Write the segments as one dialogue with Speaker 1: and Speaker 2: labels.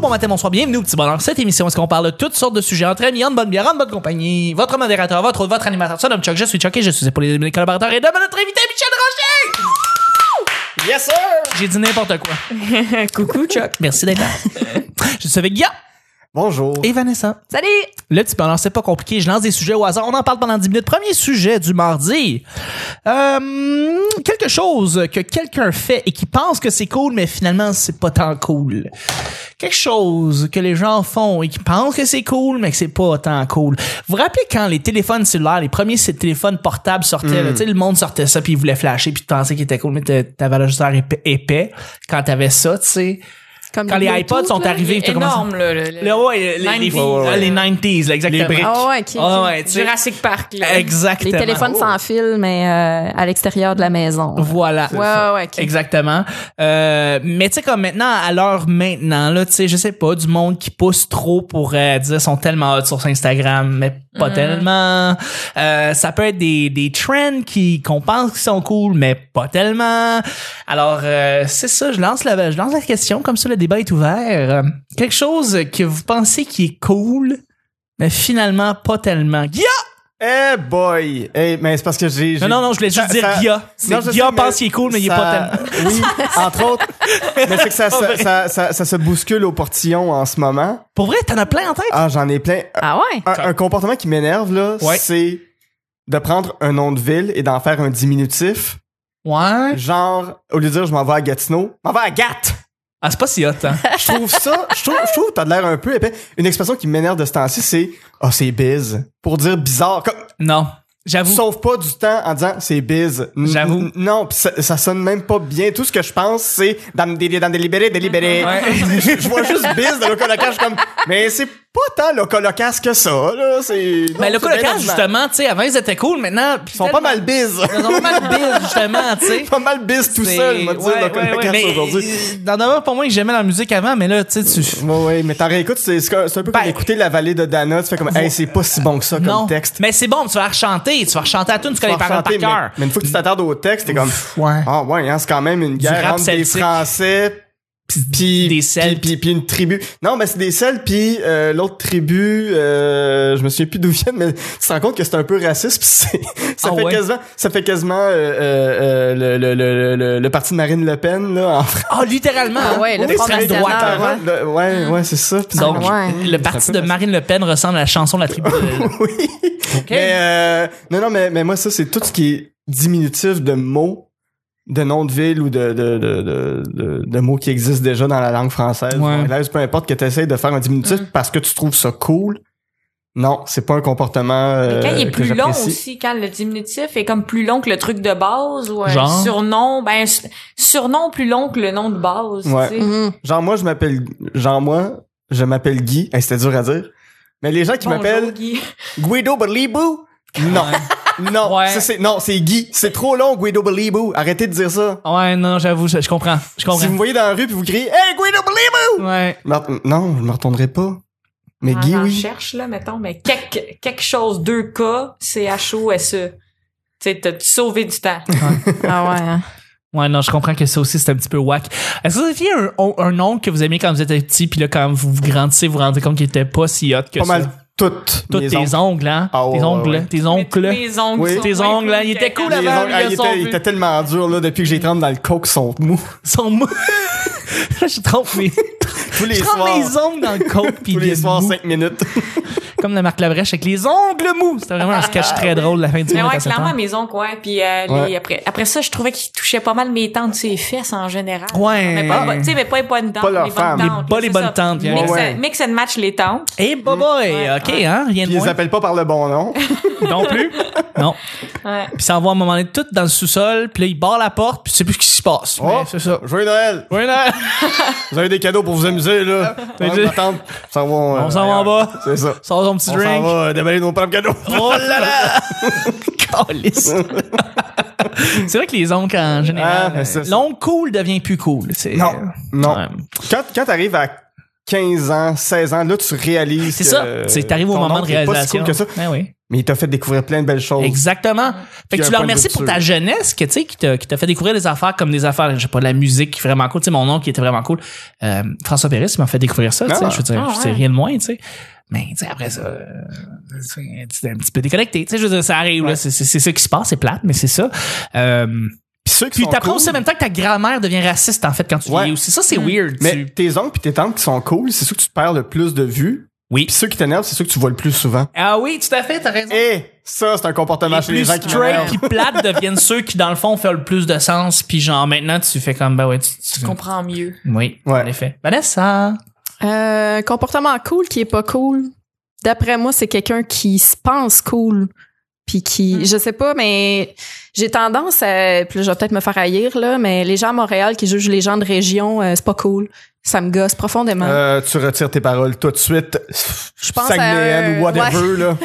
Speaker 1: bon matin, bonsoir, bienvenue au Petit Bonheur. Cette émission, est-ce qu'on parle de toutes sortes de sujets entre amis, en bonne bière, en bonne compagnie. Votre modérateur, votre hôte, votre animateur, son homme Chuck, je suis Chuck et je suis épaulé de mes collaborateurs et de notre invité Michel Rocher!
Speaker 2: Yes, sir!
Speaker 1: J'ai dit n'importe quoi.
Speaker 3: Coucou, Chuck.
Speaker 1: Merci d'être là. je suis avec Guillaume
Speaker 2: Bonjour.
Speaker 1: et Vanessa.
Speaker 3: Salut!
Speaker 1: Le petit bonheur, c'est pas compliqué. Je lance des sujets au hasard. On en parle pendant 10 minutes. Premier sujet du mardi. Euh, quelque chose que quelqu'un fait et qui pense que c'est cool, mais finalement, c'est pas tant cool. Quelque chose que les gens font et qui pensent que c'est cool, mais que c'est pas tant cool. Vous vous rappelez quand les téléphones cellulaires, les premiers ces téléphones portables sortaient, là, tu sais, le monde sortait ça puis il voulait flasher puis tu pensais qu'il était cool, mais t'a- t'avais l'ajusteur épais, épais quand t'avais ça, tu sais.
Speaker 3: Comme
Speaker 1: Quand les iPods sont arrivés, t'as
Speaker 3: c'est
Speaker 1: commencé-
Speaker 3: énorme, là. Le, le-
Speaker 1: Là, ouais, les, les, ah,
Speaker 3: 90s.
Speaker 2: ouais, ouais.
Speaker 1: les 90s, là, exactement.
Speaker 2: briques.
Speaker 3: Ah ouais, ok.
Speaker 1: Ah ouais, tu sais.
Speaker 3: Jurassic Park, là.
Speaker 1: Exactement.
Speaker 4: Les téléphones sans fil, mais euh, à l'extérieur de la maison.
Speaker 1: Voilà.
Speaker 3: Ouais, ouais, ouais, ok.
Speaker 1: Exactement. Euh, mais tu sais, comme maintenant, à l'heure maintenant, là, tu sais, je sais pas, du monde qui pousse trop pour euh, dire sont tellement hot sur Instagram, mais
Speaker 3: Mm.
Speaker 1: pas tellement. Euh, ça peut être des, des trends qui qu'on pense qui sont cool, mais pas tellement. Alors, euh, c'est ça, je lance, la, je lance la question, comme ça le débat est ouvert. Euh, quelque chose que vous pensez qui est cool, mais finalement pas tellement. Guilla!
Speaker 2: Eh boy! Eh, mais c'est parce que j'ai. j'ai-
Speaker 1: Non, non, non, je voulais juste
Speaker 2: Ça-
Speaker 1: dire
Speaker 2: ça-
Speaker 1: Guilla. C'est
Speaker 2: Non, je
Speaker 1: Guilla
Speaker 2: sais, mais
Speaker 1: pense qu'il est cool, mais il est
Speaker 2: ça-
Speaker 1: pas tellement. Ah,
Speaker 2: Oui, entre autres. Mais c'est que ça, se- ça, ça- ça se bouscule au portillon en ce moment.
Speaker 1: Pour vrai, t'en as plein en tête?
Speaker 2: Ah, j'en ai plein.
Speaker 4: Ah ouais?
Speaker 2: Un, un comportement qui m'énerve, là,
Speaker 1: Ouais.
Speaker 2: c'est de prendre un nom de ville et d'en faire un diminutif.
Speaker 1: Ouais.
Speaker 2: Genre, au lieu de dire je m'en vais à Gatineau, je m'en vais à Gat!
Speaker 1: Ah, c'est pas si hot, hein?
Speaker 2: Je trouve ça, je trouve, je trouve que t'as de l'air un peu épais. Une expression qui m'énerve de ce temps-ci, c'est Ah, c'est biz. Pour dire bizarre. Comme,
Speaker 1: Non. J'avoue.
Speaker 2: Sauf pas du temps en disant c'est biz. N-
Speaker 1: J'avoue.
Speaker 2: n- Non, pis ça, ça sonne même pas bien. Tout ce que je pense, c'est dans délibéré, dans délibéré, délibéré.
Speaker 1: Ouais.
Speaker 2: je je vois juste biz dans le colocasse, je suis comme, mais c'est pas tant le colocasse que ça, là. C'est.
Speaker 1: Mais le
Speaker 2: non, c'est bien
Speaker 1: colocasse,
Speaker 2: ordinaire.
Speaker 1: justement, tu sais, avant, ils étaient cool, maintenant.
Speaker 2: Ils sont pas mal biz.
Speaker 1: Ils sont pas mal bise, justement, tu sais.
Speaker 2: pas mal biz tout seul, m'a dit
Speaker 1: Ouais,
Speaker 2: le
Speaker 1: ouais, ouais,
Speaker 2: colocasse
Speaker 1: mais,
Speaker 2: aujourd'hui.
Speaker 1: euh, Dans d'abord, pour moi, j'aimais la musique avant, mais là, tu sais, tu.
Speaker 2: Ouais, ouais, mais t'en réécoutes, c'est c'est un c'est un peu comme
Speaker 1: Ben-
Speaker 2: écouter la vallée de Dana, tu fais comme, hey, c'est pas si bon que ça comme
Speaker 1: Non.
Speaker 2: texte.
Speaker 1: Mais c'est bon, tu vas rechanter. Tu vas rechanter à tout, tu
Speaker 2: Tu
Speaker 1: connais
Speaker 2: vas
Speaker 1: par par
Speaker 2: chanter, mais,
Speaker 1: cœur.
Speaker 2: mais une fois que tu t'attardes au texte, t'es comme,
Speaker 1: Ouais.
Speaker 2: Ah ouais, hein, c'est quand même une guerre
Speaker 1: rap
Speaker 2: entre des
Speaker 1: celtique.
Speaker 2: Français puis
Speaker 1: Des
Speaker 2: puis-
Speaker 1: Celtes.
Speaker 2: puis puis une tribu. Non, mais c'est des Celtes puis euh, l'autre tribu, euh, je me souviens plus d'où viennent, mais tu te rends compte que c'est un peu raciste puis c'est- ça
Speaker 1: Ah
Speaker 2: fait
Speaker 1: ouais.
Speaker 2: quasiment ça fait quasiment euh, euh, euh, le, le, le, le, le parti de Marine Le Pen là en France.
Speaker 1: Ah, littéralement.
Speaker 4: Ah ouais, le
Speaker 1: L'extrême
Speaker 4: Front
Speaker 1: droite.
Speaker 4: National.
Speaker 1: hein.
Speaker 4: ouais.
Speaker 2: Le- ouais, ouais, c'est ça. Puis
Speaker 1: Donc,
Speaker 4: Ah ouais.
Speaker 1: le parti de Marine Le Pen ressemble à la chanson de la tribu. de- OK.
Speaker 2: Mais euh, non, non, mais, mais moi, ça, c'est tout ce qui est diminutif de mots, de noms de ville ou de, de, de, de, de- de mots qui existent déjà dans la langue française
Speaker 1: Ouais.
Speaker 2: ou anglaise, peu importe que tu essayes de faire un diminutif
Speaker 3: Mm.
Speaker 2: parce que tu trouves ça cool. Non, c'est pas un comportement.
Speaker 3: Mais quand
Speaker 2: euh,
Speaker 3: il est
Speaker 2: que
Speaker 3: plus long
Speaker 2: j'apprécie.
Speaker 3: aussi, quand le diminutif est comme plus long que le truc de base ou un
Speaker 1: Genre?
Speaker 3: surnom, ben su- surnom plus long que le nom de base,
Speaker 2: Ouais.
Speaker 3: tu sais.
Speaker 4: Mhm.
Speaker 2: Genre, moi, je m'appelle. Genre, moi, je m'appelle Guy. Hey, C'était dur à dire. Mais les gens qui
Speaker 3: Bonjour,
Speaker 2: m'appellent
Speaker 3: Guy.
Speaker 2: Guido Belibou, non. Non,
Speaker 1: Ouais.
Speaker 2: ça, c'est- non, c'est Guy. C'est trop long, Guido Belibou. Arrêtez de dire ça.
Speaker 1: Ouais, non, j'avoue, je je comprends. Je
Speaker 2: Si vous
Speaker 1: comprends.
Speaker 2: me voyez dans la rue puis vous criez Hey, Guido Belibou!
Speaker 1: Ouais.
Speaker 2: Mar- Non, je me retournerai pas. Mais
Speaker 3: On
Speaker 2: Guy,
Speaker 3: en
Speaker 2: oui.
Speaker 3: cherche, là, mettons, mais quelque, quelque chose, deux cas, C-H-O-S-E. E. Tu sais, t'as sauvé du temps.
Speaker 4: Ah ouais. hein.
Speaker 1: Ouais, non, je comprends que ça aussi, c'est un petit peu whack. Est-ce que vous aviez un, un nom que vous aimiez quand vous étiez petit, puis là, quand vous vous grandissez, vous vous rendez compte qu'il était pas si hot que
Speaker 2: Pas
Speaker 1: ça?
Speaker 2: mal toutes.
Speaker 1: Tous
Speaker 2: mes
Speaker 1: tes
Speaker 2: oncles.
Speaker 1: ongles, hein?
Speaker 2: Ah ouais,
Speaker 1: tes
Speaker 2: ouais,
Speaker 1: oncles,
Speaker 2: ouais.
Speaker 1: tes
Speaker 3: Mais tous
Speaker 1: oncles.
Speaker 3: mes ongles.
Speaker 2: Oui.
Speaker 3: sont
Speaker 1: Tes
Speaker 3: moins
Speaker 1: ongles,
Speaker 3: cool
Speaker 1: hein, il
Speaker 3: que
Speaker 1: était cool
Speaker 3: quand-
Speaker 2: Mes
Speaker 1: avant.
Speaker 2: oncles, ah,
Speaker 1: ils
Speaker 2: il,
Speaker 1: sont
Speaker 2: était,
Speaker 1: vus.
Speaker 2: il était tellement dur là depuis que j'ai trempe dans le coke sont mous
Speaker 1: Sont mous. je trompe mes,
Speaker 2: tous les
Speaker 1: je trempe
Speaker 2: soirs.
Speaker 1: mes ongles dans le coke, puis ils
Speaker 2: tous les
Speaker 1: deviennent
Speaker 2: soirs
Speaker 1: mous.
Speaker 2: 5 minutes.
Speaker 1: Comme la marque Labrèche avec les ongles mous. C'était vraiment un sketch très drôle, la fin du
Speaker 3: Mais
Speaker 1: monde
Speaker 3: ouais,
Speaker 1: à sept
Speaker 3: clairement,
Speaker 1: ans.
Speaker 3: mes oncles, ouais. Puis euh, les-
Speaker 2: Ouais.
Speaker 3: après, après ça, je trouvais qu'ils touchaient pas mal mes tantes ses fesses en général.
Speaker 1: Ouais.
Speaker 3: Mais pas, tu sais, mais pas les bonnes tantes.
Speaker 2: Pas leurs
Speaker 3: les
Speaker 2: femmes.
Speaker 3: bonnes tantes.
Speaker 1: Euh, Les- pas les
Speaker 3: c'est
Speaker 1: bonnes
Speaker 3: ça.
Speaker 1: tantes, bien.
Speaker 3: Mix,
Speaker 2: Ouais.
Speaker 3: mix and match les tantes.
Speaker 1: Eh, hey, boy,
Speaker 3: Ouais,
Speaker 1: ok, hein? Rien de
Speaker 2: Puis ils les
Speaker 1: moins.
Speaker 2: appellent pas par le bon nom.
Speaker 1: Non plus? Non.
Speaker 3: Ouais.
Speaker 1: Puis ça envoie à un moment donné tout dans le sous-sol, puis là, il barre la porte, puis tu sais plus ce qui se passe.
Speaker 2: Oh,
Speaker 1: Mais c'est ça.
Speaker 2: Joyeux Noël!
Speaker 1: Ouais, non.
Speaker 2: Vous avez des cadeaux pour vous amuser, là.
Speaker 1: T'as
Speaker 2: On
Speaker 1: dit-
Speaker 2: s'attend. s'en va, euh,
Speaker 1: On s'en va en
Speaker 2: ailleurs.
Speaker 1: bas.
Speaker 2: C'est ça.
Speaker 1: Sors ton petit
Speaker 2: On
Speaker 1: drink.
Speaker 2: s'en va euh, déballer nos propres cadeaux.
Speaker 1: Oh là là! Calisse. c'est vrai que les oncles en général.
Speaker 2: Ah, mais ça, ça-
Speaker 1: L'oncle cool devient plus cool. c'est-
Speaker 2: Non, non.
Speaker 1: Ouais.
Speaker 2: Quand, quand t'arrives à 15 ans, 16 ans, là, tu réalises
Speaker 1: C'est
Speaker 2: que,
Speaker 1: ça. C'est que t'arrives au
Speaker 2: ton
Speaker 1: moment de
Speaker 2: oncle est pas si
Speaker 1: réalisation.
Speaker 2: cool que ça.
Speaker 1: Ben oui.
Speaker 2: Mais il t'a fait découvrir plein de belles choses.
Speaker 1: Exactement. Fait
Speaker 2: Puis
Speaker 1: que
Speaker 2: un
Speaker 1: tu leur
Speaker 2: point de
Speaker 1: remercies pour
Speaker 2: rupture.
Speaker 1: ta jeunesse que, tu sais, qui t'a qui t'a fait découvrir des affaires comme des affaires, je sais pas, de la musique qui est vraiment cool. Tu sais, mon oncle qui était vraiment cool. Euh, François Péris il m'a fait découvrir ça. tu sais,
Speaker 2: Ah.
Speaker 1: Je veux dire,
Speaker 3: Ah,
Speaker 1: c'est
Speaker 3: ouais.
Speaker 1: rien de moins, tu sais. Mais tu sais, après ça, euh, c'est c'est un petit peu déconnecté. Tu sais, je veux dire, ça arrive. là. C'est c'est- c'est ça qui se passe, c'est plate, mais c'est ça. Euh,
Speaker 2: Puis ceux qui
Speaker 1: puis
Speaker 2: sont
Speaker 1: t'apprends
Speaker 2: cool,
Speaker 1: aussi en même temps que ta grand-mère devient raciste, en fait, quand tu
Speaker 2: Ouais.
Speaker 1: vieillis aussi. Ça, c'est
Speaker 3: Mm.
Speaker 1: weird.
Speaker 2: Mais
Speaker 1: tu-
Speaker 2: tes oncles puis tes tantes qui sont cool, c'est ceux que tu perds le plus de vues.
Speaker 1: Oui.
Speaker 2: Puis ceux qui t'énervent, c'est ceux que tu vois le plus souvent.
Speaker 1: Ah oui, tout à fait, t'as raison.
Speaker 2: Et ça, c'est un comportement chez
Speaker 1: les
Speaker 2: les gens qui
Speaker 1: straight
Speaker 2: m'énervent.
Speaker 1: puis plates deviennent ceux qui dans le fond font le plus de sens puis genre maintenant tu fais comme ben ouais tu, tu-
Speaker 3: Je comprends mieux.
Speaker 1: oui
Speaker 2: Ouais.
Speaker 1: en effet Vanessa
Speaker 4: Euh, comportement cool qui est pas cool. D'après moi, c'est quelqu'un qui se pense cool. Puis qui,
Speaker 3: Mm.
Speaker 4: je sais pas, mais j'ai tendance à, puis là, je vais peut-être me faire haïr, là, mais les gens à Montréal qui jugent les gens de région, euh, c'est pas cool. Ça me gosse profondément.
Speaker 2: Euh, tu retires tes paroles tout de suite.
Speaker 4: Je pense à
Speaker 2: Saguenayen
Speaker 4: un-
Speaker 2: ou whatever, là.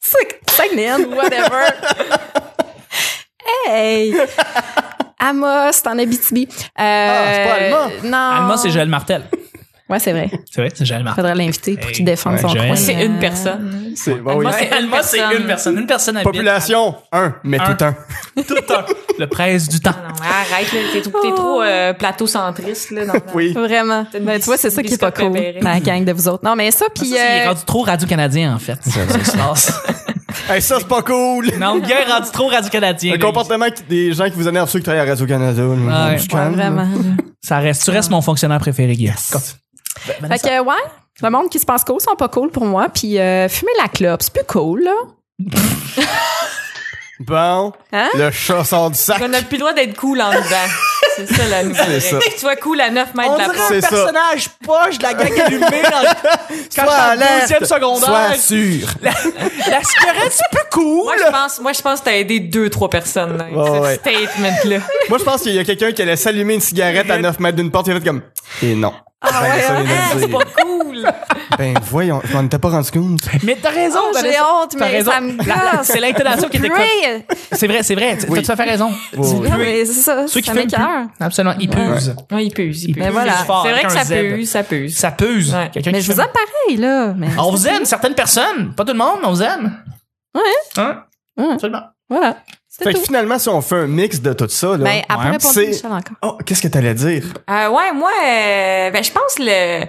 Speaker 4: Sac- Saguenay, whatever. hey! Amos, t'en Abitibi. Euh,
Speaker 2: Ah, c'est pas Alma.
Speaker 4: Non.
Speaker 1: Alma c'est Joël Martel
Speaker 4: Ouais, c'est vrai.
Speaker 1: c'est vrai c'est Joël Martel
Speaker 4: Faudrait l'inviter pour
Speaker 1: Hey,
Speaker 4: qu'il défende
Speaker 2: ouais,
Speaker 4: son
Speaker 1: Joël.
Speaker 4: coin.
Speaker 3: C'est
Speaker 4: Euh,
Speaker 3: une personne.
Speaker 2: C'est, bah oui.
Speaker 3: Moi, c'est une
Speaker 1: Alma c'est
Speaker 3: personne.
Speaker 1: une personne une personne habite
Speaker 2: Population, un, mais
Speaker 1: Un.
Speaker 2: tout un.
Speaker 1: tout un- le prince du temps
Speaker 3: Ah, Non, non, arrête, là. T'es trop, t'es trop euh, plateau-centriste, là. Dans, dans-
Speaker 2: Oui.
Speaker 4: Vraiment.
Speaker 3: T'as une
Speaker 4: Ben, tu vois, c'est ça qui est pas
Speaker 3: biscotte
Speaker 4: cool.
Speaker 3: préférée.
Speaker 4: La gang de vous autres. Non, mais ça, puis
Speaker 1: Ça, c'est- il est
Speaker 4: euh,
Speaker 1: rendu trop Radio-Canadien en fait c'est ça qui se passe.
Speaker 2: Hey, ça, c'est pas cool.
Speaker 1: non le gars est rendu trop Radio-Canadien
Speaker 2: Le
Speaker 1: lui.
Speaker 2: comportement qui- des gens qui vous énervent, ceux qui travaillent à Radio-Canada. là,
Speaker 1: Ouais.
Speaker 2: on se
Speaker 4: ouais,
Speaker 2: calme, là.
Speaker 4: vraiment.
Speaker 1: ça reste tu restes mon fonctionnaire préféré Guy Continue. Ben,
Speaker 4: Fait
Speaker 1: Vanessa.
Speaker 4: que ouais, le monde qui se pense cool sont pas cool pour moi. Puis euh, fumer la clope, c'est plus cool là.
Speaker 2: Bon,
Speaker 4: Hein?
Speaker 2: le chat sort du sac.
Speaker 3: On n'a plus le droit d'être cool en dedans. C'est ça la nouvelle.
Speaker 2: C'est ça.
Speaker 3: règle. Que tu sois cool à 9 mètres
Speaker 1: on
Speaker 3: de la
Speaker 1: dirait
Speaker 3: porte.
Speaker 1: un
Speaker 2: C'est ça.
Speaker 1: personnage poche de la gang allumée dans le- quand
Speaker 2: Sois
Speaker 1: je suis en
Speaker 2: alerte,
Speaker 1: deuxième secondaire
Speaker 2: Sois sûr.
Speaker 1: La cigarette, c'est plus cool!
Speaker 3: Moi, je pense, moi, je pense que t'as aidé deux, trois personnes, là,
Speaker 2: Ouais,
Speaker 3: avec
Speaker 2: ouais.
Speaker 3: ce statement-là.
Speaker 2: Moi, je pense qu'il y a quelqu'un qui allait s'allumer une cigarette à 9 mètres d'une porte. Il a fait comme. Et non. ben,
Speaker 4: hein?
Speaker 2: ça, les
Speaker 3: Ah, c'est
Speaker 2: nazis.
Speaker 3: pas cool!
Speaker 2: ben voyons, je m'en étais pas rendu compte.
Speaker 1: Mais t'as raison,
Speaker 4: Oh, j'ai
Speaker 1: Vanessa.
Speaker 4: honte,
Speaker 1: T'as
Speaker 4: mais
Speaker 1: raison.
Speaker 4: ça me
Speaker 1: La-
Speaker 4: gosse.
Speaker 1: C'est l'intonation qui était comme.
Speaker 4: Purée!
Speaker 1: C'est vrai, c'est vrai.
Speaker 2: Oui.
Speaker 1: T'as tout à fait raison.
Speaker 2: Oui,
Speaker 4: Non, mais c'est ça,
Speaker 1: Ceux qui
Speaker 4: ça
Speaker 1: fument
Speaker 4: m'écoeure.
Speaker 1: puent. Absolument. Ils puent.
Speaker 3: Oui, il puse, il puse.
Speaker 1: Mais
Speaker 4: voilà.
Speaker 3: C'est vrai
Speaker 1: Avec
Speaker 3: que
Speaker 1: un
Speaker 3: ça
Speaker 1: Z.
Speaker 3: puse, ça puse.
Speaker 1: Ça puse.
Speaker 3: Ouais.
Speaker 1: Quelqu'un
Speaker 4: Mais
Speaker 1: qui
Speaker 4: je vous
Speaker 1: fume.
Speaker 4: aime pareil là. Mais
Speaker 1: On vous aime, certaines personnes. Pas tout le monde, mais on vous aime.
Speaker 4: Ouais.
Speaker 1: Hein?
Speaker 4: Ouais.
Speaker 1: Absolument.
Speaker 4: Voilà. C'est
Speaker 2: Fait que
Speaker 4: tout.
Speaker 2: finalement, si on fait un mix de tout ça, là.
Speaker 4: Ben après,
Speaker 1: Ouais.
Speaker 4: répondre
Speaker 2: C'est-
Speaker 4: Michel encore.
Speaker 2: Oh, qu'est-ce que t'allais dire?
Speaker 3: Euh, ouais, moi, euh, ben, je pense le,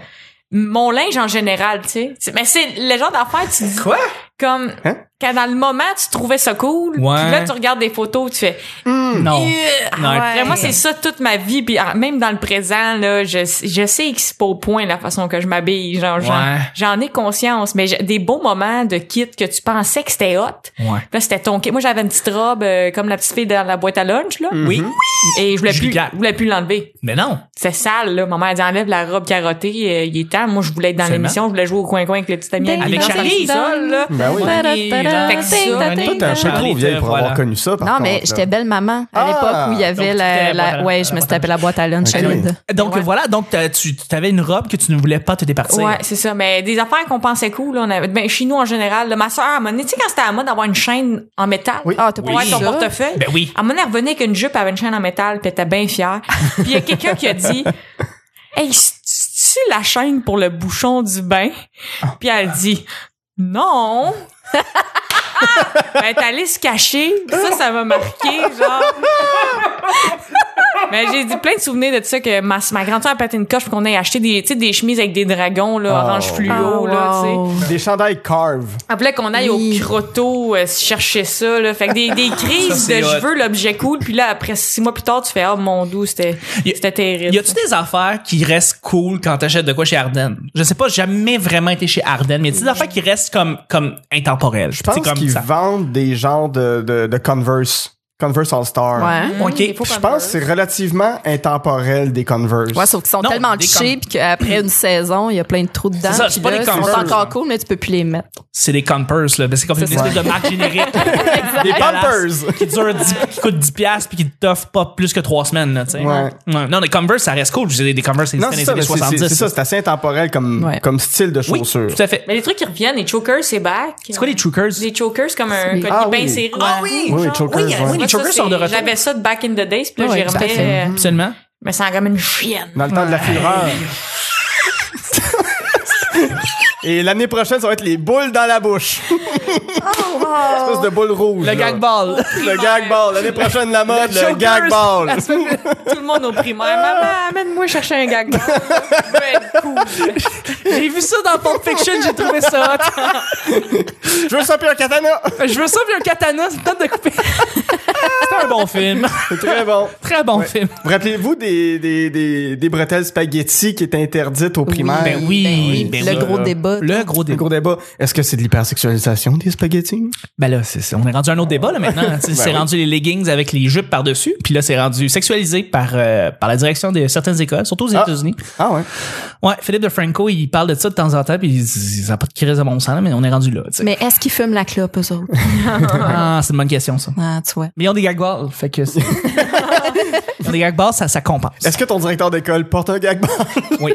Speaker 3: mon linge en général, tu sais. C'est- Mais c'est le genre d'affaire, tu dis.
Speaker 1: Quoi?
Speaker 3: Comme,
Speaker 2: Hein?
Speaker 3: quand dans le moment, tu trouvais ça cool.
Speaker 1: Ouais.
Speaker 3: Puis là, tu regardes des photos, tu fais.
Speaker 2: Hmm.
Speaker 1: Non.
Speaker 3: Euh,
Speaker 1: Non.
Speaker 3: ouais. Moi, c'est ça toute ma vie. Puis ah, même dans le présent, là, je, je sais que c'est pas au point la façon que je m'habille. Genre, j'en-
Speaker 1: Ouais.
Speaker 3: j'en ai conscience. Mais j'ai- des beaux moments de kit que tu pensais que c'était hot.
Speaker 1: Ouais.
Speaker 3: Là, c'était ton kit. Moi, j'avais une petite robe euh, comme la petite fille dans la boîte à lunch, là.
Speaker 2: Mm-hmm.
Speaker 1: Oui.
Speaker 3: Et je voulais
Speaker 1: Julie
Speaker 3: plus,
Speaker 1: Pierre.
Speaker 3: je voulais plus l'enlever.
Speaker 1: Mais non.
Speaker 3: C'est sale, là. Maman, elle dit, enlève la robe carottée, euh, il est temps. Moi, je voulais être dans
Speaker 1: Seulement.
Speaker 3: l'émission, je voulais jouer au coin-coin avec les petites amies.
Speaker 4: Ding,
Speaker 1: Ben, Avec
Speaker 4: ding,
Speaker 1: Charlie,
Speaker 4: ding,
Speaker 3: ça,
Speaker 4: dong.
Speaker 3: là.
Speaker 2: Ben oui.
Speaker 1: Ouais.
Speaker 3: Fait que ça,
Speaker 2: Toi, t'es un peu
Speaker 1: Charlie,
Speaker 2: trop vieille pour
Speaker 1: voilà.
Speaker 2: avoir connu ça, par
Speaker 4: Non,
Speaker 2: contre,
Speaker 4: mais
Speaker 2: là.
Speaker 4: j'étais belle maman à
Speaker 2: Ah!
Speaker 4: l'époque où il y avait
Speaker 1: Donc, tu t'es la
Speaker 4: la,
Speaker 1: boîte à-
Speaker 4: la- Ouais, je me suis tapé la boîte à lunch
Speaker 2: Ok.
Speaker 4: solide.
Speaker 1: Donc
Speaker 3: Ouais.
Speaker 1: euh, voilà, donc t'as- tu avais une robe que tu ne voulais pas te départir.
Speaker 3: Ouais, c'est ça. Mais des affaires qu'on pensait cool, là, on avait, ben, chez nous, en général, là, ma soeur, à un moment donné, tu sais, quand c'était à la mode d'avoir une chaîne en métal,
Speaker 2: Oui.
Speaker 4: Ah, t'as
Speaker 3: pour avoir
Speaker 4: pas
Speaker 3: ton
Speaker 4: ça?
Speaker 3: portefeuille.
Speaker 1: Ben oui.
Speaker 3: À un moment donné, elle revenait avec une jupe, elle avait une chaîne en métal, puis elle était bien fière. Puis il y a quelqu'un qui a dit, hey, c'est la chaîne pour le bouchon du bain? Puis elle dit, non. ben, elle est allée se cacher. Ça, ça m'a marqué, genre. Mais j'ai dit plein de souvenirs de ça que ma, ma grande-sœur a pété une coche puis qu'on ait acheté des, tu sais, des chemises avec des dragons, là,
Speaker 2: Oh.
Speaker 3: orange fluo,
Speaker 4: Oh,
Speaker 3: là, tu sais.
Speaker 4: wow.
Speaker 2: Des chandails carve.
Speaker 3: Après Ah, qu'on aille
Speaker 4: Oui.
Speaker 3: au crotto euh, chercher ça, là. Fait que des, des crises
Speaker 1: Ça, c'est
Speaker 3: de
Speaker 1: hot.
Speaker 3: je veux l'objet cool, puis là, après six mois plus tard, tu fais, oh mon doux, c'était,
Speaker 1: Y a-
Speaker 3: c'était terrible.
Speaker 1: Y a-tu des affaires qui restent cool quand t'achètes de quoi chez Arden? Je sais pas, j'ai jamais vraiment été chez Arden, mais y a des affaires qui restent comme, comme intemporelles?
Speaker 2: Je pense
Speaker 1: comme
Speaker 2: qu'ils
Speaker 1: ça.
Speaker 2: vendent des genres de, de, de Converse. Converse All-Star.
Speaker 4: Ouais.
Speaker 1: Ok.
Speaker 3: des faux
Speaker 2: Je pense
Speaker 3: Converse.
Speaker 2: que c'est relativement intemporel des Converse.
Speaker 4: Ouais, sauf qu'ils sont
Speaker 1: Non,
Speaker 4: tellement
Speaker 1: des
Speaker 4: cheap qu'après une saison, il y a plein de trous dedans.
Speaker 1: C'est ça,
Speaker 4: puis
Speaker 1: c'est pas
Speaker 4: là,
Speaker 1: des
Speaker 4: ils sont
Speaker 1: cancers,
Speaker 4: encore
Speaker 1: hein.
Speaker 4: cool, mais tu peux plus les mettre.
Speaker 1: C'est des Compers, là. Ben, C'est comme une
Speaker 4: C'est
Speaker 1: espèce
Speaker 2: ça.
Speaker 1: de marque générique.
Speaker 2: des
Speaker 1: dégueulasse.
Speaker 2: Pampers.
Speaker 1: qui dure 10 qui coûte 10 pièces puis qui t'offre pas plus que 3 semaines là, tu sais.
Speaker 2: Ouais.
Speaker 1: Non, les Converse ça reste cool, je dis des Converse c'est
Speaker 2: Non,
Speaker 1: des
Speaker 2: c'est ça,
Speaker 1: années
Speaker 2: mais
Speaker 1: 70.
Speaker 2: c'est- c'est c'est ça, c'est assez intemporel comme,
Speaker 4: Ouais.
Speaker 2: comme style de
Speaker 1: oui,
Speaker 2: chaussure.
Speaker 1: tout à fait.
Speaker 3: Mais les trucs qui reviennent, les chokers, c'est back. Euh,
Speaker 1: C'est quoi les chokers
Speaker 3: Des chokers comme un
Speaker 4: Oui.
Speaker 3: collier
Speaker 2: Ah
Speaker 3: bien
Speaker 2: oui.
Speaker 3: serré.
Speaker 1: Ah oui!
Speaker 2: Oui, les
Speaker 3: genre.
Speaker 2: chokers, ouais.
Speaker 1: Oui, les
Speaker 3: Moi,
Speaker 1: chokers
Speaker 3: ça,
Speaker 1: sont de
Speaker 3: c'est-
Speaker 1: retour.
Speaker 3: J'avais ça de back in the days, puis là,
Speaker 4: Ouais,
Speaker 3: j'ai
Speaker 4: tout à fait.
Speaker 3: remis, euh,
Speaker 1: Absolument.
Speaker 3: mais ça en comme une chienne.
Speaker 2: Dans le temps de la fureur. Et l'année prochaine, ça va être les boules dans la bouche.
Speaker 1: Oh,
Speaker 2: Espèce de boule rouge.
Speaker 1: Le
Speaker 2: là.
Speaker 1: gag ball.
Speaker 2: Le gag ball. L'année prochaine, la mode, le,
Speaker 1: chokers.
Speaker 2: gag ball.
Speaker 3: Tout le monde au primaire.
Speaker 1: Ah.
Speaker 3: Maman, amène-moi chercher un gag. Ben,
Speaker 1: J'ai vu ça dans Pulp Fiction, j'ai trouvé ça hot.
Speaker 2: Je veux ça puis un katana.
Speaker 1: Je veux ça, puis un katana, c'est le temps de couper. C'est un bon film.
Speaker 2: C'est très bon.
Speaker 1: Très bon film.
Speaker 2: Vous rappelez-vous des, des, des, des bretelles spaghetti qui étaient interdites au primaire?
Speaker 1: Ben oui, ben
Speaker 4: le
Speaker 1: oui.
Speaker 4: gros
Speaker 2: Là.
Speaker 4: débat.
Speaker 1: Le gros
Speaker 2: Le
Speaker 1: débat.
Speaker 2: gros débat, est-ce que c'est de l'hypersexualisation des spaghettis?
Speaker 1: Ben là, c'est ça. On est rendu à un autre débat, là, maintenant. Tu sais, c'est
Speaker 2: Ben oui.
Speaker 1: rendu les leggings avec les jupes par-dessus. Puis là, c'est rendu sexualisé par, euh, par la direction de certaines écoles, surtout aux
Speaker 2: Ah.
Speaker 1: États-Unis.
Speaker 2: Ah ouais.
Speaker 1: Ouais, Philippe de Franco, il parle de ça de temps en temps, puis il dit, ça n'a pas de crise de bon sens, là, mais on est rendu là, tu sais.
Speaker 4: Mais est-ce qu'ils fument la clope, eux autres?
Speaker 1: Ah, c'est une bonne question, ça.
Speaker 4: Ah, tu vois.
Speaker 1: Mais ils ont des gag balls, fait que c'est- Ils ont des gag balls, ça, ça compense.
Speaker 2: Est-ce que ton directeur d'école porte un gag ball?
Speaker 1: Oui.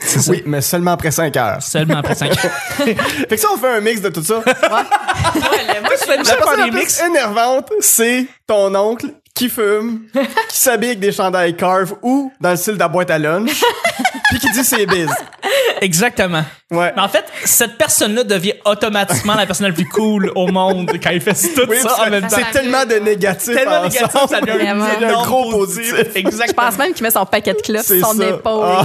Speaker 1: C'est ça.
Speaker 2: Oui, mais seulement après 5 heures.
Speaker 1: Seulement après 5 ans.
Speaker 2: Fait que ça, on fait un mix de tout ça.
Speaker 3: Moi, je fais
Speaker 2: La
Speaker 1: faire
Speaker 2: personne la
Speaker 1: des
Speaker 2: plus
Speaker 1: mix.
Speaker 2: énervante, c'est ton oncle qui fume, qui s'habille avec des chandails carve ou dans le style de la boîte à lunch, puis qui dit c'est biz.
Speaker 1: Exactement.
Speaker 2: Ouais.
Speaker 1: Mais en fait, cette personne-là devient automatiquement la personne la plus cool au monde quand il fait tout
Speaker 2: Oui,
Speaker 1: ça en
Speaker 2: c'est-
Speaker 1: même temps.
Speaker 2: c'est tellement de négatif
Speaker 1: Tellement
Speaker 2: ensemble.
Speaker 1: négatif, ça devient
Speaker 4: Vraiment.
Speaker 1: un
Speaker 4: C'est
Speaker 2: un
Speaker 1: énorme
Speaker 2: gros positif.
Speaker 4: Je
Speaker 1: Exactement.
Speaker 4: pense même qu'il met son paquet de clopes
Speaker 2: C'est
Speaker 4: sur son
Speaker 2: ça.
Speaker 4: épaule.
Speaker 2: Ah.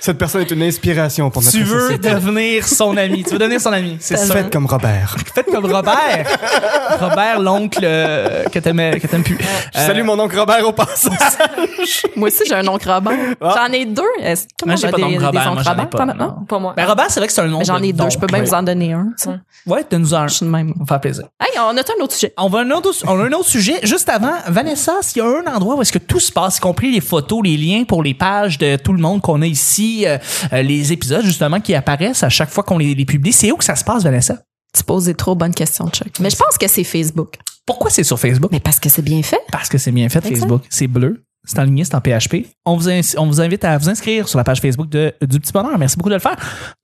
Speaker 2: Cette personne est une inspiration pour notre
Speaker 1: Tu veux
Speaker 2: société.
Speaker 1: devenir son ami. Tu veux devenir son ami. C'est ça.
Speaker 2: Faites comme Robert.
Speaker 1: Faites comme Robert. Robert, l'oncle euh, que t'aimais- que t'aimes plus. Euh,
Speaker 2: Je salue mon oncle Robert au passage.
Speaker 4: Moi aussi, j'ai un oncle Robert. J'en ai deux. Est-ce- tout le
Speaker 1: Ah. Moi,
Speaker 4: monde
Speaker 1: j'ai
Speaker 4: a
Speaker 1: pas
Speaker 4: des-
Speaker 1: d'oncle
Speaker 4: des
Speaker 1: Robert,
Speaker 4: oncles
Speaker 1: moi, j'en ai
Speaker 4: Robert,
Speaker 1: pas,
Speaker 4: toi, maintenant?
Speaker 1: non.
Speaker 3: Pas moi.
Speaker 1: Ben, Robert, c'est vrai que c'est un nom.
Speaker 4: Mais J'en
Speaker 1: de
Speaker 4: ai deux. Je peux
Speaker 1: donc.
Speaker 4: bien vous en donner un. tu sais.
Speaker 1: Ouais, donne-nous un.
Speaker 4: Je suis de même.
Speaker 1: On va faire plaisir.
Speaker 4: Hey, on a un autre sujet.
Speaker 1: On va à un autre, on a un autre sujet. Juste avant, Vanessa, s'il y a un endroit où est-ce que tout se passe, y compris les photos, les liens pour les pages de tout le monde qu'on a ici, euh, euh, les épisodes justement qui apparaissent à chaque fois qu'on les, les publie, c'est où que ça se passe, Vanessa?
Speaker 4: Tu poses des trop bonnes questions, Chuck. Mais je pense que c'est Facebook.
Speaker 1: Pourquoi c'est sur Facebook?
Speaker 4: Mais parce que c'est bien fait.
Speaker 1: Parce que c'est bien fait,
Speaker 4: Exact.
Speaker 1: Facebook. C'est bleu. C'est en ligne, c'est en PHP. On vous, ins- on vous invite à vous inscrire sur la page Facebook de, du Petit Bonheur. Merci beaucoup de le faire.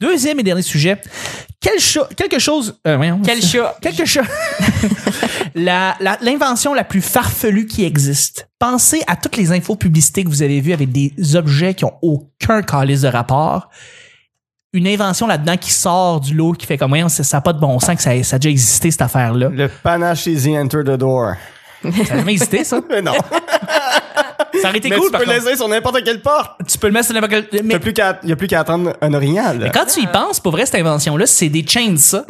Speaker 1: Deuxième et dernier sujet. Quel cho- quelque chose. euh, voyons.
Speaker 3: Quel chat.
Speaker 1: Quelque chose. La- la- L'invention la, plus farfelue qui existe. Pensez à toutes les infos publicité que vous avez vues avec des objets qui ont aucun calice de rapport. Une invention là-dedans qui sort du lot, qui fait comme, voyons, ça n'a pas de bon sens que ça, ça a déjà existé, cette affaire-là.
Speaker 2: Le panache easy enter the door.
Speaker 1: Ça a jamais existé, ça.
Speaker 2: Mais non.
Speaker 1: Ça aurait été
Speaker 2: Mais
Speaker 1: cool,
Speaker 2: tu
Speaker 1: par
Speaker 2: peux
Speaker 1: contre.
Speaker 2: l'aider sur n'importe quelle porte.
Speaker 1: Tu peux le mettre sur n'importe quel... mais-
Speaker 2: T'as plus qu'à- y a plus qu'à attendre un orignal. là.
Speaker 1: Mais quand tu y penses, pour vrai, cette invention-là, c'est des chains, ça,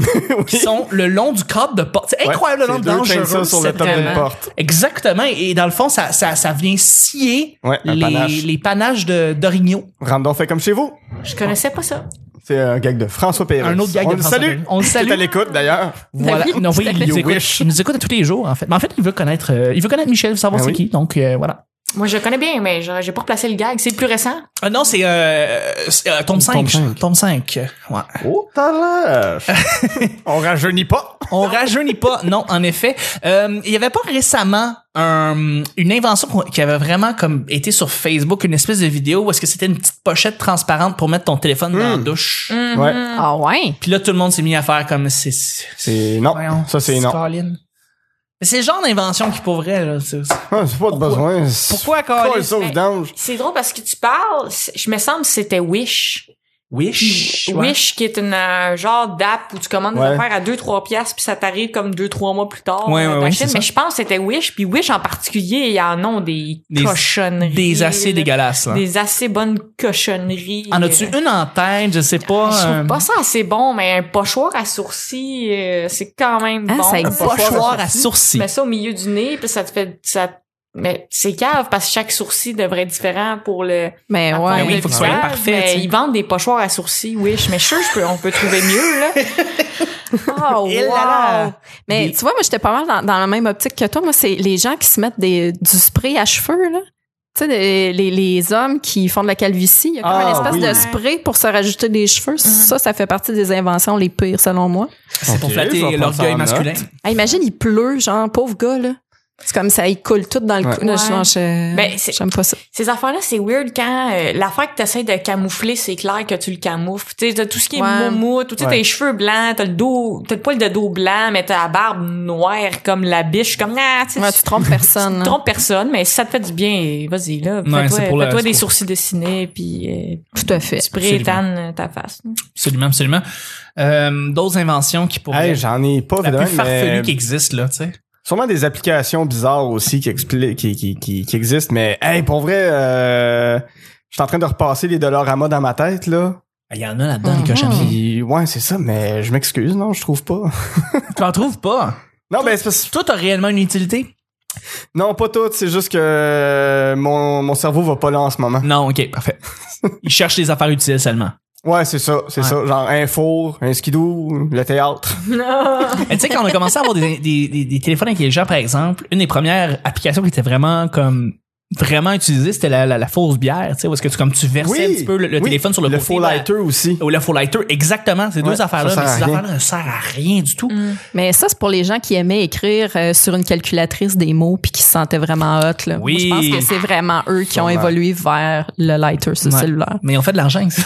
Speaker 1: qui sont le long du cadre de porte. C'est
Speaker 2: Ouais,
Speaker 1: incroyable le
Speaker 2: c'est
Speaker 1: nombre
Speaker 2: deux
Speaker 1: dangereux.
Speaker 2: chainsaws sur le
Speaker 1: cette- euh,
Speaker 2: top d'une
Speaker 3: vraiment-
Speaker 2: porte.
Speaker 1: Exactement. Et dans le fond, ça, ça, ça vient scier
Speaker 2: Ouais, un
Speaker 1: les,
Speaker 2: panache.
Speaker 1: les panaches de- d'orignaux.
Speaker 2: Randon fait comme chez vous.
Speaker 3: Je connaissais pas ça.
Speaker 2: C'est un gag de François Pérez.
Speaker 1: Un autre gag
Speaker 2: On
Speaker 1: de
Speaker 2: le
Speaker 1: François
Speaker 2: salue.
Speaker 1: Pérus. On le salue.
Speaker 2: Qui est à l'écoute, d'ailleurs.
Speaker 1: Voilà.
Speaker 4: oui,
Speaker 1: non, oui, il, nous
Speaker 2: You
Speaker 1: écoute,
Speaker 2: wish.
Speaker 1: il nous écoute à tous les jours, en fait. Mais en fait, il veut connaître, euh, il veut connaître Michel, savoir
Speaker 2: Ah
Speaker 1: c'est
Speaker 2: oui.
Speaker 1: qui. Donc, euh, voilà.
Speaker 3: Moi, je connais bien, mais je- j'ai pas replacé le gag. C'est le plus récent.
Speaker 1: Ah non, c'est euh, c'est, euh, tome 5.
Speaker 2: Tome cinq.
Speaker 1: Tome 5. Ouais.
Speaker 2: Oh, t'as l'air. On rajeunit pas.
Speaker 1: On rajeunit pas, non, en effet. Euh, il y avait pas récemment un- une invention qu'on- qui avait vraiment comme été sur Facebook, une espèce de vidéo où est-ce que c'était une petite pochette transparente pour mettre ton téléphone dans la
Speaker 2: Hmm.
Speaker 1: douche.
Speaker 3: Mm.
Speaker 2: Ouais.
Speaker 4: Ah ouais?
Speaker 1: Puis là, tout le monde s'est mis à faire comme c'est. c'est-
Speaker 2: C'est non.
Speaker 1: voyons,
Speaker 2: ça, c'est non.
Speaker 1: Colin. Mais c'est le genre d'invention qui, pour vrai, là, c'est- c'est-
Speaker 2: Ah, c'est pas de besoin. C'est-
Speaker 1: Pourquoi, Ben,
Speaker 2: Colle
Speaker 1: Colin?
Speaker 2: ça au
Speaker 3: Mais-
Speaker 2: vidange.
Speaker 3: C'est drôle parce que tu parles. c'est- Je me semble que c'était Wish.
Speaker 1: Wish. ouais.
Speaker 3: Wish, qui est une euh, genre d'app où tu commandes
Speaker 2: Ouais.
Speaker 3: des affaires à 2-3 piastres, puis ça t'arrive comme 2-3 mois plus tard.
Speaker 1: Ouais,
Speaker 3: euh,
Speaker 1: ouais,
Speaker 3: t'achètes.
Speaker 1: ouais, c'est
Speaker 3: mais
Speaker 1: ça.
Speaker 3: je pense que c'était Wish, puis Wish en particulier, il y en a des,
Speaker 1: Des-
Speaker 3: cochonneries.
Speaker 1: Des assez dégueulasses, là.
Speaker 3: Des assez bonnes cochonneries. euh. Ben,
Speaker 1: En as-tu une en tête? Je sais pas.
Speaker 3: Je
Speaker 1: euh,
Speaker 3: trouve pas ça assez bon, mais un pochoir à sourcils, euh, c'est quand même
Speaker 4: Ah,
Speaker 3: bon.
Speaker 4: ça
Speaker 1: un
Speaker 4: existe.
Speaker 1: pochoir à sourcils.
Speaker 3: Tu mets ça au milieu du nez, puis ça te fait... Ça... Mais c'est cave, parce que chaque sourcil devrait être différent pour le...
Speaker 4: Mais
Speaker 3: Attends,
Speaker 1: Ben
Speaker 4: ouais.
Speaker 1: oui, il faut que ce soit
Speaker 3: visage,
Speaker 1: parfait,
Speaker 3: mais
Speaker 1: tu sais.
Speaker 3: ils vendent des pochoirs à sourcils, wish. Mais sûr, je peux, on peut trouver mieux, là.
Speaker 4: Oh,
Speaker 1: Et là là.
Speaker 4: wow. Mais
Speaker 1: Des-
Speaker 4: tu vois, moi, j'étais pas mal dans, dans la même optique que toi. Moi, c'est les gens qui se mettent des, du spray à cheveux, là. Tu sais, des- les, les hommes qui font de la calvitie, il y a comme
Speaker 2: Ah,
Speaker 4: une espèce
Speaker 2: oui.
Speaker 4: de spray pour se rajouter des cheveux. Ça, ça fait partie des inventions les pires, selon moi.
Speaker 1: C'est pour
Speaker 2: Ok, je vais
Speaker 1: flatter
Speaker 2: prendre ça
Speaker 1: l'orgueil
Speaker 2: en
Speaker 1: masculin.
Speaker 2: note.
Speaker 4: Hey, imagine, il pleut, genre, pauvre gars, là. C'est comme ça, il coule tout dans le
Speaker 2: Ouais.
Speaker 4: cou. Non, je-
Speaker 3: Ouais.
Speaker 4: non, je-
Speaker 3: Ben, c'est-
Speaker 4: j'aime pas ça.
Speaker 3: Ces affaires-là, c'est weird quand euh, l'affaire que t'essaies de camoufler, c'est clair que tu le camoufles. Tu sais, t'as tout ce qui est
Speaker 4: Ouais.
Speaker 3: moumoute, tout, tu sais,
Speaker 2: Ouais.
Speaker 3: t'as les cheveux blancs, t'as le dos, t'as le poil de dos blanc, mais t'as la barbe noire comme la biche, comme, ah, tu sais,
Speaker 4: Ouais,
Speaker 3: tu-
Speaker 4: tu trompes personne. hein.
Speaker 3: tu
Speaker 4: là.
Speaker 3: trompes personne, mais si ça te fait du bien, vas-y, là.
Speaker 1: hein. Ouais,
Speaker 3: Fais-toi
Speaker 1: c'est pour la-
Speaker 3: fais-toi
Speaker 1: c'est
Speaker 3: des
Speaker 1: pour-
Speaker 3: sourcils dessinés, puis
Speaker 4: Tout à
Speaker 3: euh,
Speaker 4: fait.
Speaker 3: spray et
Speaker 1: Absolument.
Speaker 3: tan ta face.
Speaker 1: Absolument, absolument. Euh, D'autres inventions qui pourraient
Speaker 2: Hey,
Speaker 1: être
Speaker 2: j'en ai pas
Speaker 1: la
Speaker 2: vraiment,
Speaker 1: plus farfelue
Speaker 2: mais
Speaker 1: qui existe, là, tu sais.
Speaker 2: sûrement des applications bizarres aussi qui expliquent, qui, qui, qui, qui existent. Mais hey, pour vrai, euh, je suis en train de repasser les Dollarama dans ma tête là.
Speaker 1: Il y en a là-dedans, les
Speaker 4: Mhm.
Speaker 1: cochonneries.
Speaker 2: Puis ouais, c'est ça. Mais je m'excuse, non, je trouve pas.
Speaker 1: Tu en trouves pas.
Speaker 2: Non, ben c'est parce-
Speaker 1: Toi, t'as réellement une utilité?
Speaker 2: non, pas toutes. C'est juste que euh, mon, mon cerveau va pas là en ce moment.
Speaker 1: Non, ok, parfait. Ils cherchent les affaires utiles seulement.
Speaker 2: Ouais, c'est ça, c'est
Speaker 1: Ouais.
Speaker 2: ça. Genre un four, un skidoo, le théâtre.
Speaker 1: Mais tu sais, quand on a commencé à avoir des, des, des, des téléphones intelligents, par exemple, une des premières applications qui était vraiment comme vraiment utilisée, c'était la, la, la fausse bière, tu sais, où est-ce que tu, comme tu versais un petit peu le, le
Speaker 2: oui,
Speaker 1: téléphone sur le,
Speaker 2: Le
Speaker 1: côté.
Speaker 2: faux
Speaker 1: ben,
Speaker 2: lighter aussi.
Speaker 1: Ou le full lighter, exactement. Ces
Speaker 2: Ouais,
Speaker 1: deux affaires-là,
Speaker 2: ça
Speaker 1: mais
Speaker 2: sert à
Speaker 1: ces
Speaker 2: rien.
Speaker 1: affaires-là ne servent à rien du tout.
Speaker 4: Mais ça, c'est pour les gens qui aimaient écrire euh, sur une calculatrice des mots puis qui se sentaient vraiment hot. Là.
Speaker 1: Oui.
Speaker 4: Moi, je pense que c'est vraiment eux qui ont
Speaker 2: Sûrement.
Speaker 4: évolué vers le lighter sur
Speaker 1: Ouais.
Speaker 4: cellulaire.
Speaker 1: Mais on fait de l'argent avec ça.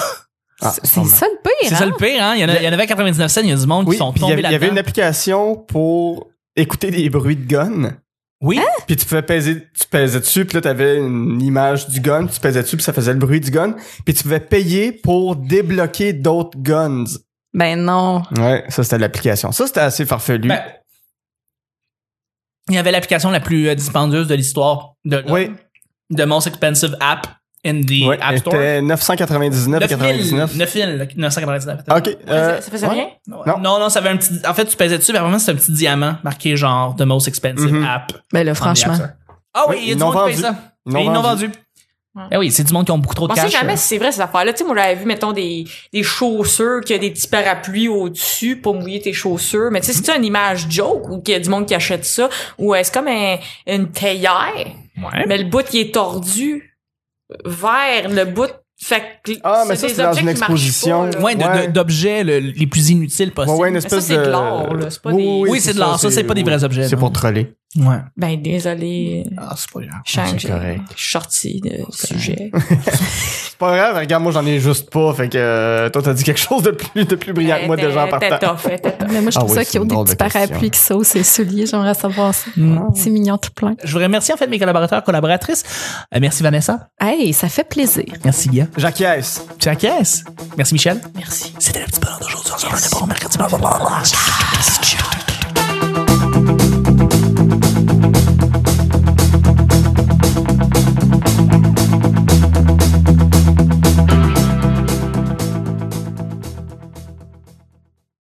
Speaker 2: Ah,
Speaker 4: C'est- c'est ça le pire.
Speaker 1: C'est
Speaker 4: hein?
Speaker 1: ça le pire, hein? Il y en, a, il y en avait à 99 cents, il y a du monde
Speaker 2: Oui,
Speaker 1: qui sont
Speaker 2: puis il y
Speaker 1: tombés
Speaker 2: avait- il y avait une
Speaker 1: là-dedans.
Speaker 2: application pour écouter des bruits de gun.
Speaker 1: Oui,
Speaker 2: Puis tu pouvais peser, tu pesais dessus, puis là t'avais une image du gun, tu pesais dessus, puis ça faisait le bruit du gun. Puis tu pouvais payer pour débloquer d'autres guns.
Speaker 4: Ben non.
Speaker 2: Ouais, ça c'était l'application. Ça c'était assez farfelu.
Speaker 1: Ben, il y avait l'application la plus euh, dispendieuse de l'histoire de, de,
Speaker 2: oui,
Speaker 1: the most expensive app in the
Speaker 2: oui,
Speaker 1: App Store.
Speaker 2: c'était 999,99.
Speaker 1: 9999.
Speaker 2: Ok. euh,
Speaker 3: ça, ça faisait
Speaker 2: ouais.
Speaker 3: rien?
Speaker 1: Non. non, ça avait un petit. En fait, tu pesais dessus, mais vraiment, c'était un petit diamant marqué genre The Most Expensive
Speaker 2: Mhm.
Speaker 1: App. on
Speaker 4: Ben là,
Speaker 1: the
Speaker 4: franchement.
Speaker 1: App Store. Ah oui,
Speaker 2: Oui,
Speaker 1: il y a
Speaker 2: ils
Speaker 1: du
Speaker 2: l'ont
Speaker 1: monde qui paye
Speaker 2: vendu.
Speaker 1: ça. Et Ils l'ont vendu.
Speaker 3: Ouais.
Speaker 1: Eh oui, c'est du monde qui ont beaucoup trop de
Speaker 3: On sait
Speaker 1: cash. hein.
Speaker 3: jamais si c'est vrai ces affaires-là. Tu sais, moi, j'avais vu, mettons, des, des chaussures, qu'il y a des petits parapluies au-dessus pour mouiller tes chaussures. Mais tu sais, c'est-tu une image joke ou qu'il y a du monde qui achète ça? Ou est-ce comme un- une théière,
Speaker 1: Ouais.
Speaker 3: mais le bout, il est tordu vers le bout. Fait que
Speaker 2: Ah, mais ça,
Speaker 3: des
Speaker 2: c'est dans
Speaker 3: objets
Speaker 2: une
Speaker 3: qui marchent pas,
Speaker 2: exposition.
Speaker 3: là.
Speaker 1: Ouais, de-
Speaker 2: Ouais.
Speaker 1: de- d'objets le- les plus inutiles possibles.
Speaker 2: Ouais, ouais, une
Speaker 3: Mais ça,
Speaker 2: espèce
Speaker 3: c'est de
Speaker 2: de
Speaker 3: l'or, là, c'est pas des-
Speaker 1: Oui, c'est de l'or, ça, c'est pas des vrais objets,
Speaker 2: C'est
Speaker 1: non.
Speaker 2: pour troller.
Speaker 1: Ouais.
Speaker 3: Ben, désolé,
Speaker 1: Ah, c'est pas grave.
Speaker 3: Shang,
Speaker 2: c'est
Speaker 3: j'ai
Speaker 2: correct.
Speaker 3: je suis sortie de sujet.
Speaker 2: C'est pas grave, regarde, moi j'en ai juste pas, fait que euh, toi t'as dit quelque chose de plus, de plus brillant que moi
Speaker 3: T'es-
Speaker 2: déjà en
Speaker 3: T'es
Speaker 2: partant.
Speaker 3: tough, t'es tough.
Speaker 4: Mais moi, je
Speaker 2: Ah
Speaker 4: trouve
Speaker 2: oui,
Speaker 4: ça
Speaker 2: c'est
Speaker 4: qu'il y
Speaker 2: une
Speaker 4: a des
Speaker 2: drôle de
Speaker 4: petits
Speaker 2: question.
Speaker 4: parapluies qui sautent ses souliers. J'aimerais savoir ça.
Speaker 1: Mm.
Speaker 4: C'est mignon tout plein.
Speaker 1: Je vous remercie en fait mes collaborateurs, collaboratrices. Euh, merci Vanessa.
Speaker 4: Hey, ça fait plaisir.
Speaker 1: Merci Guy.
Speaker 2: J'acquiesce.
Speaker 1: Tu acquiesses. Merci Michel.
Speaker 3: Merci.
Speaker 1: C'était le petit bonheur d'aujourd'hui. On se revoit demain, mercredi. Blablabla.